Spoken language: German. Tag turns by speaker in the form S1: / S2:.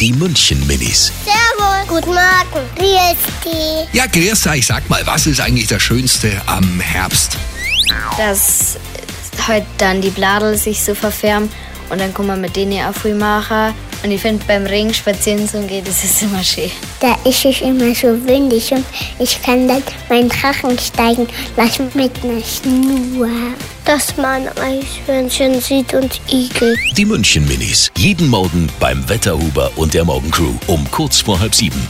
S1: Die München-Minis.
S2: Servus. Guten Morgen. Wie ist die?
S1: Ja, grüß euch, sag mal, was ist eigentlich das Schönste am Herbst?
S3: dass heute dann die Bladel sich so verfärben und dann kann man mit denen auch viel machen. Und ich finde, beim Regen spazieren zu gehen, das ist immer schön.
S2: Da ist es immer so windig und ich kann dann meinen Drachen steigen lassen mit einer Schnur. Dass man Eichhörnchen sieht und Igel.
S1: Die München-Minis. Jeden Morgen beim Wetterhuber und der Morgencrew um kurz vor halb sieben.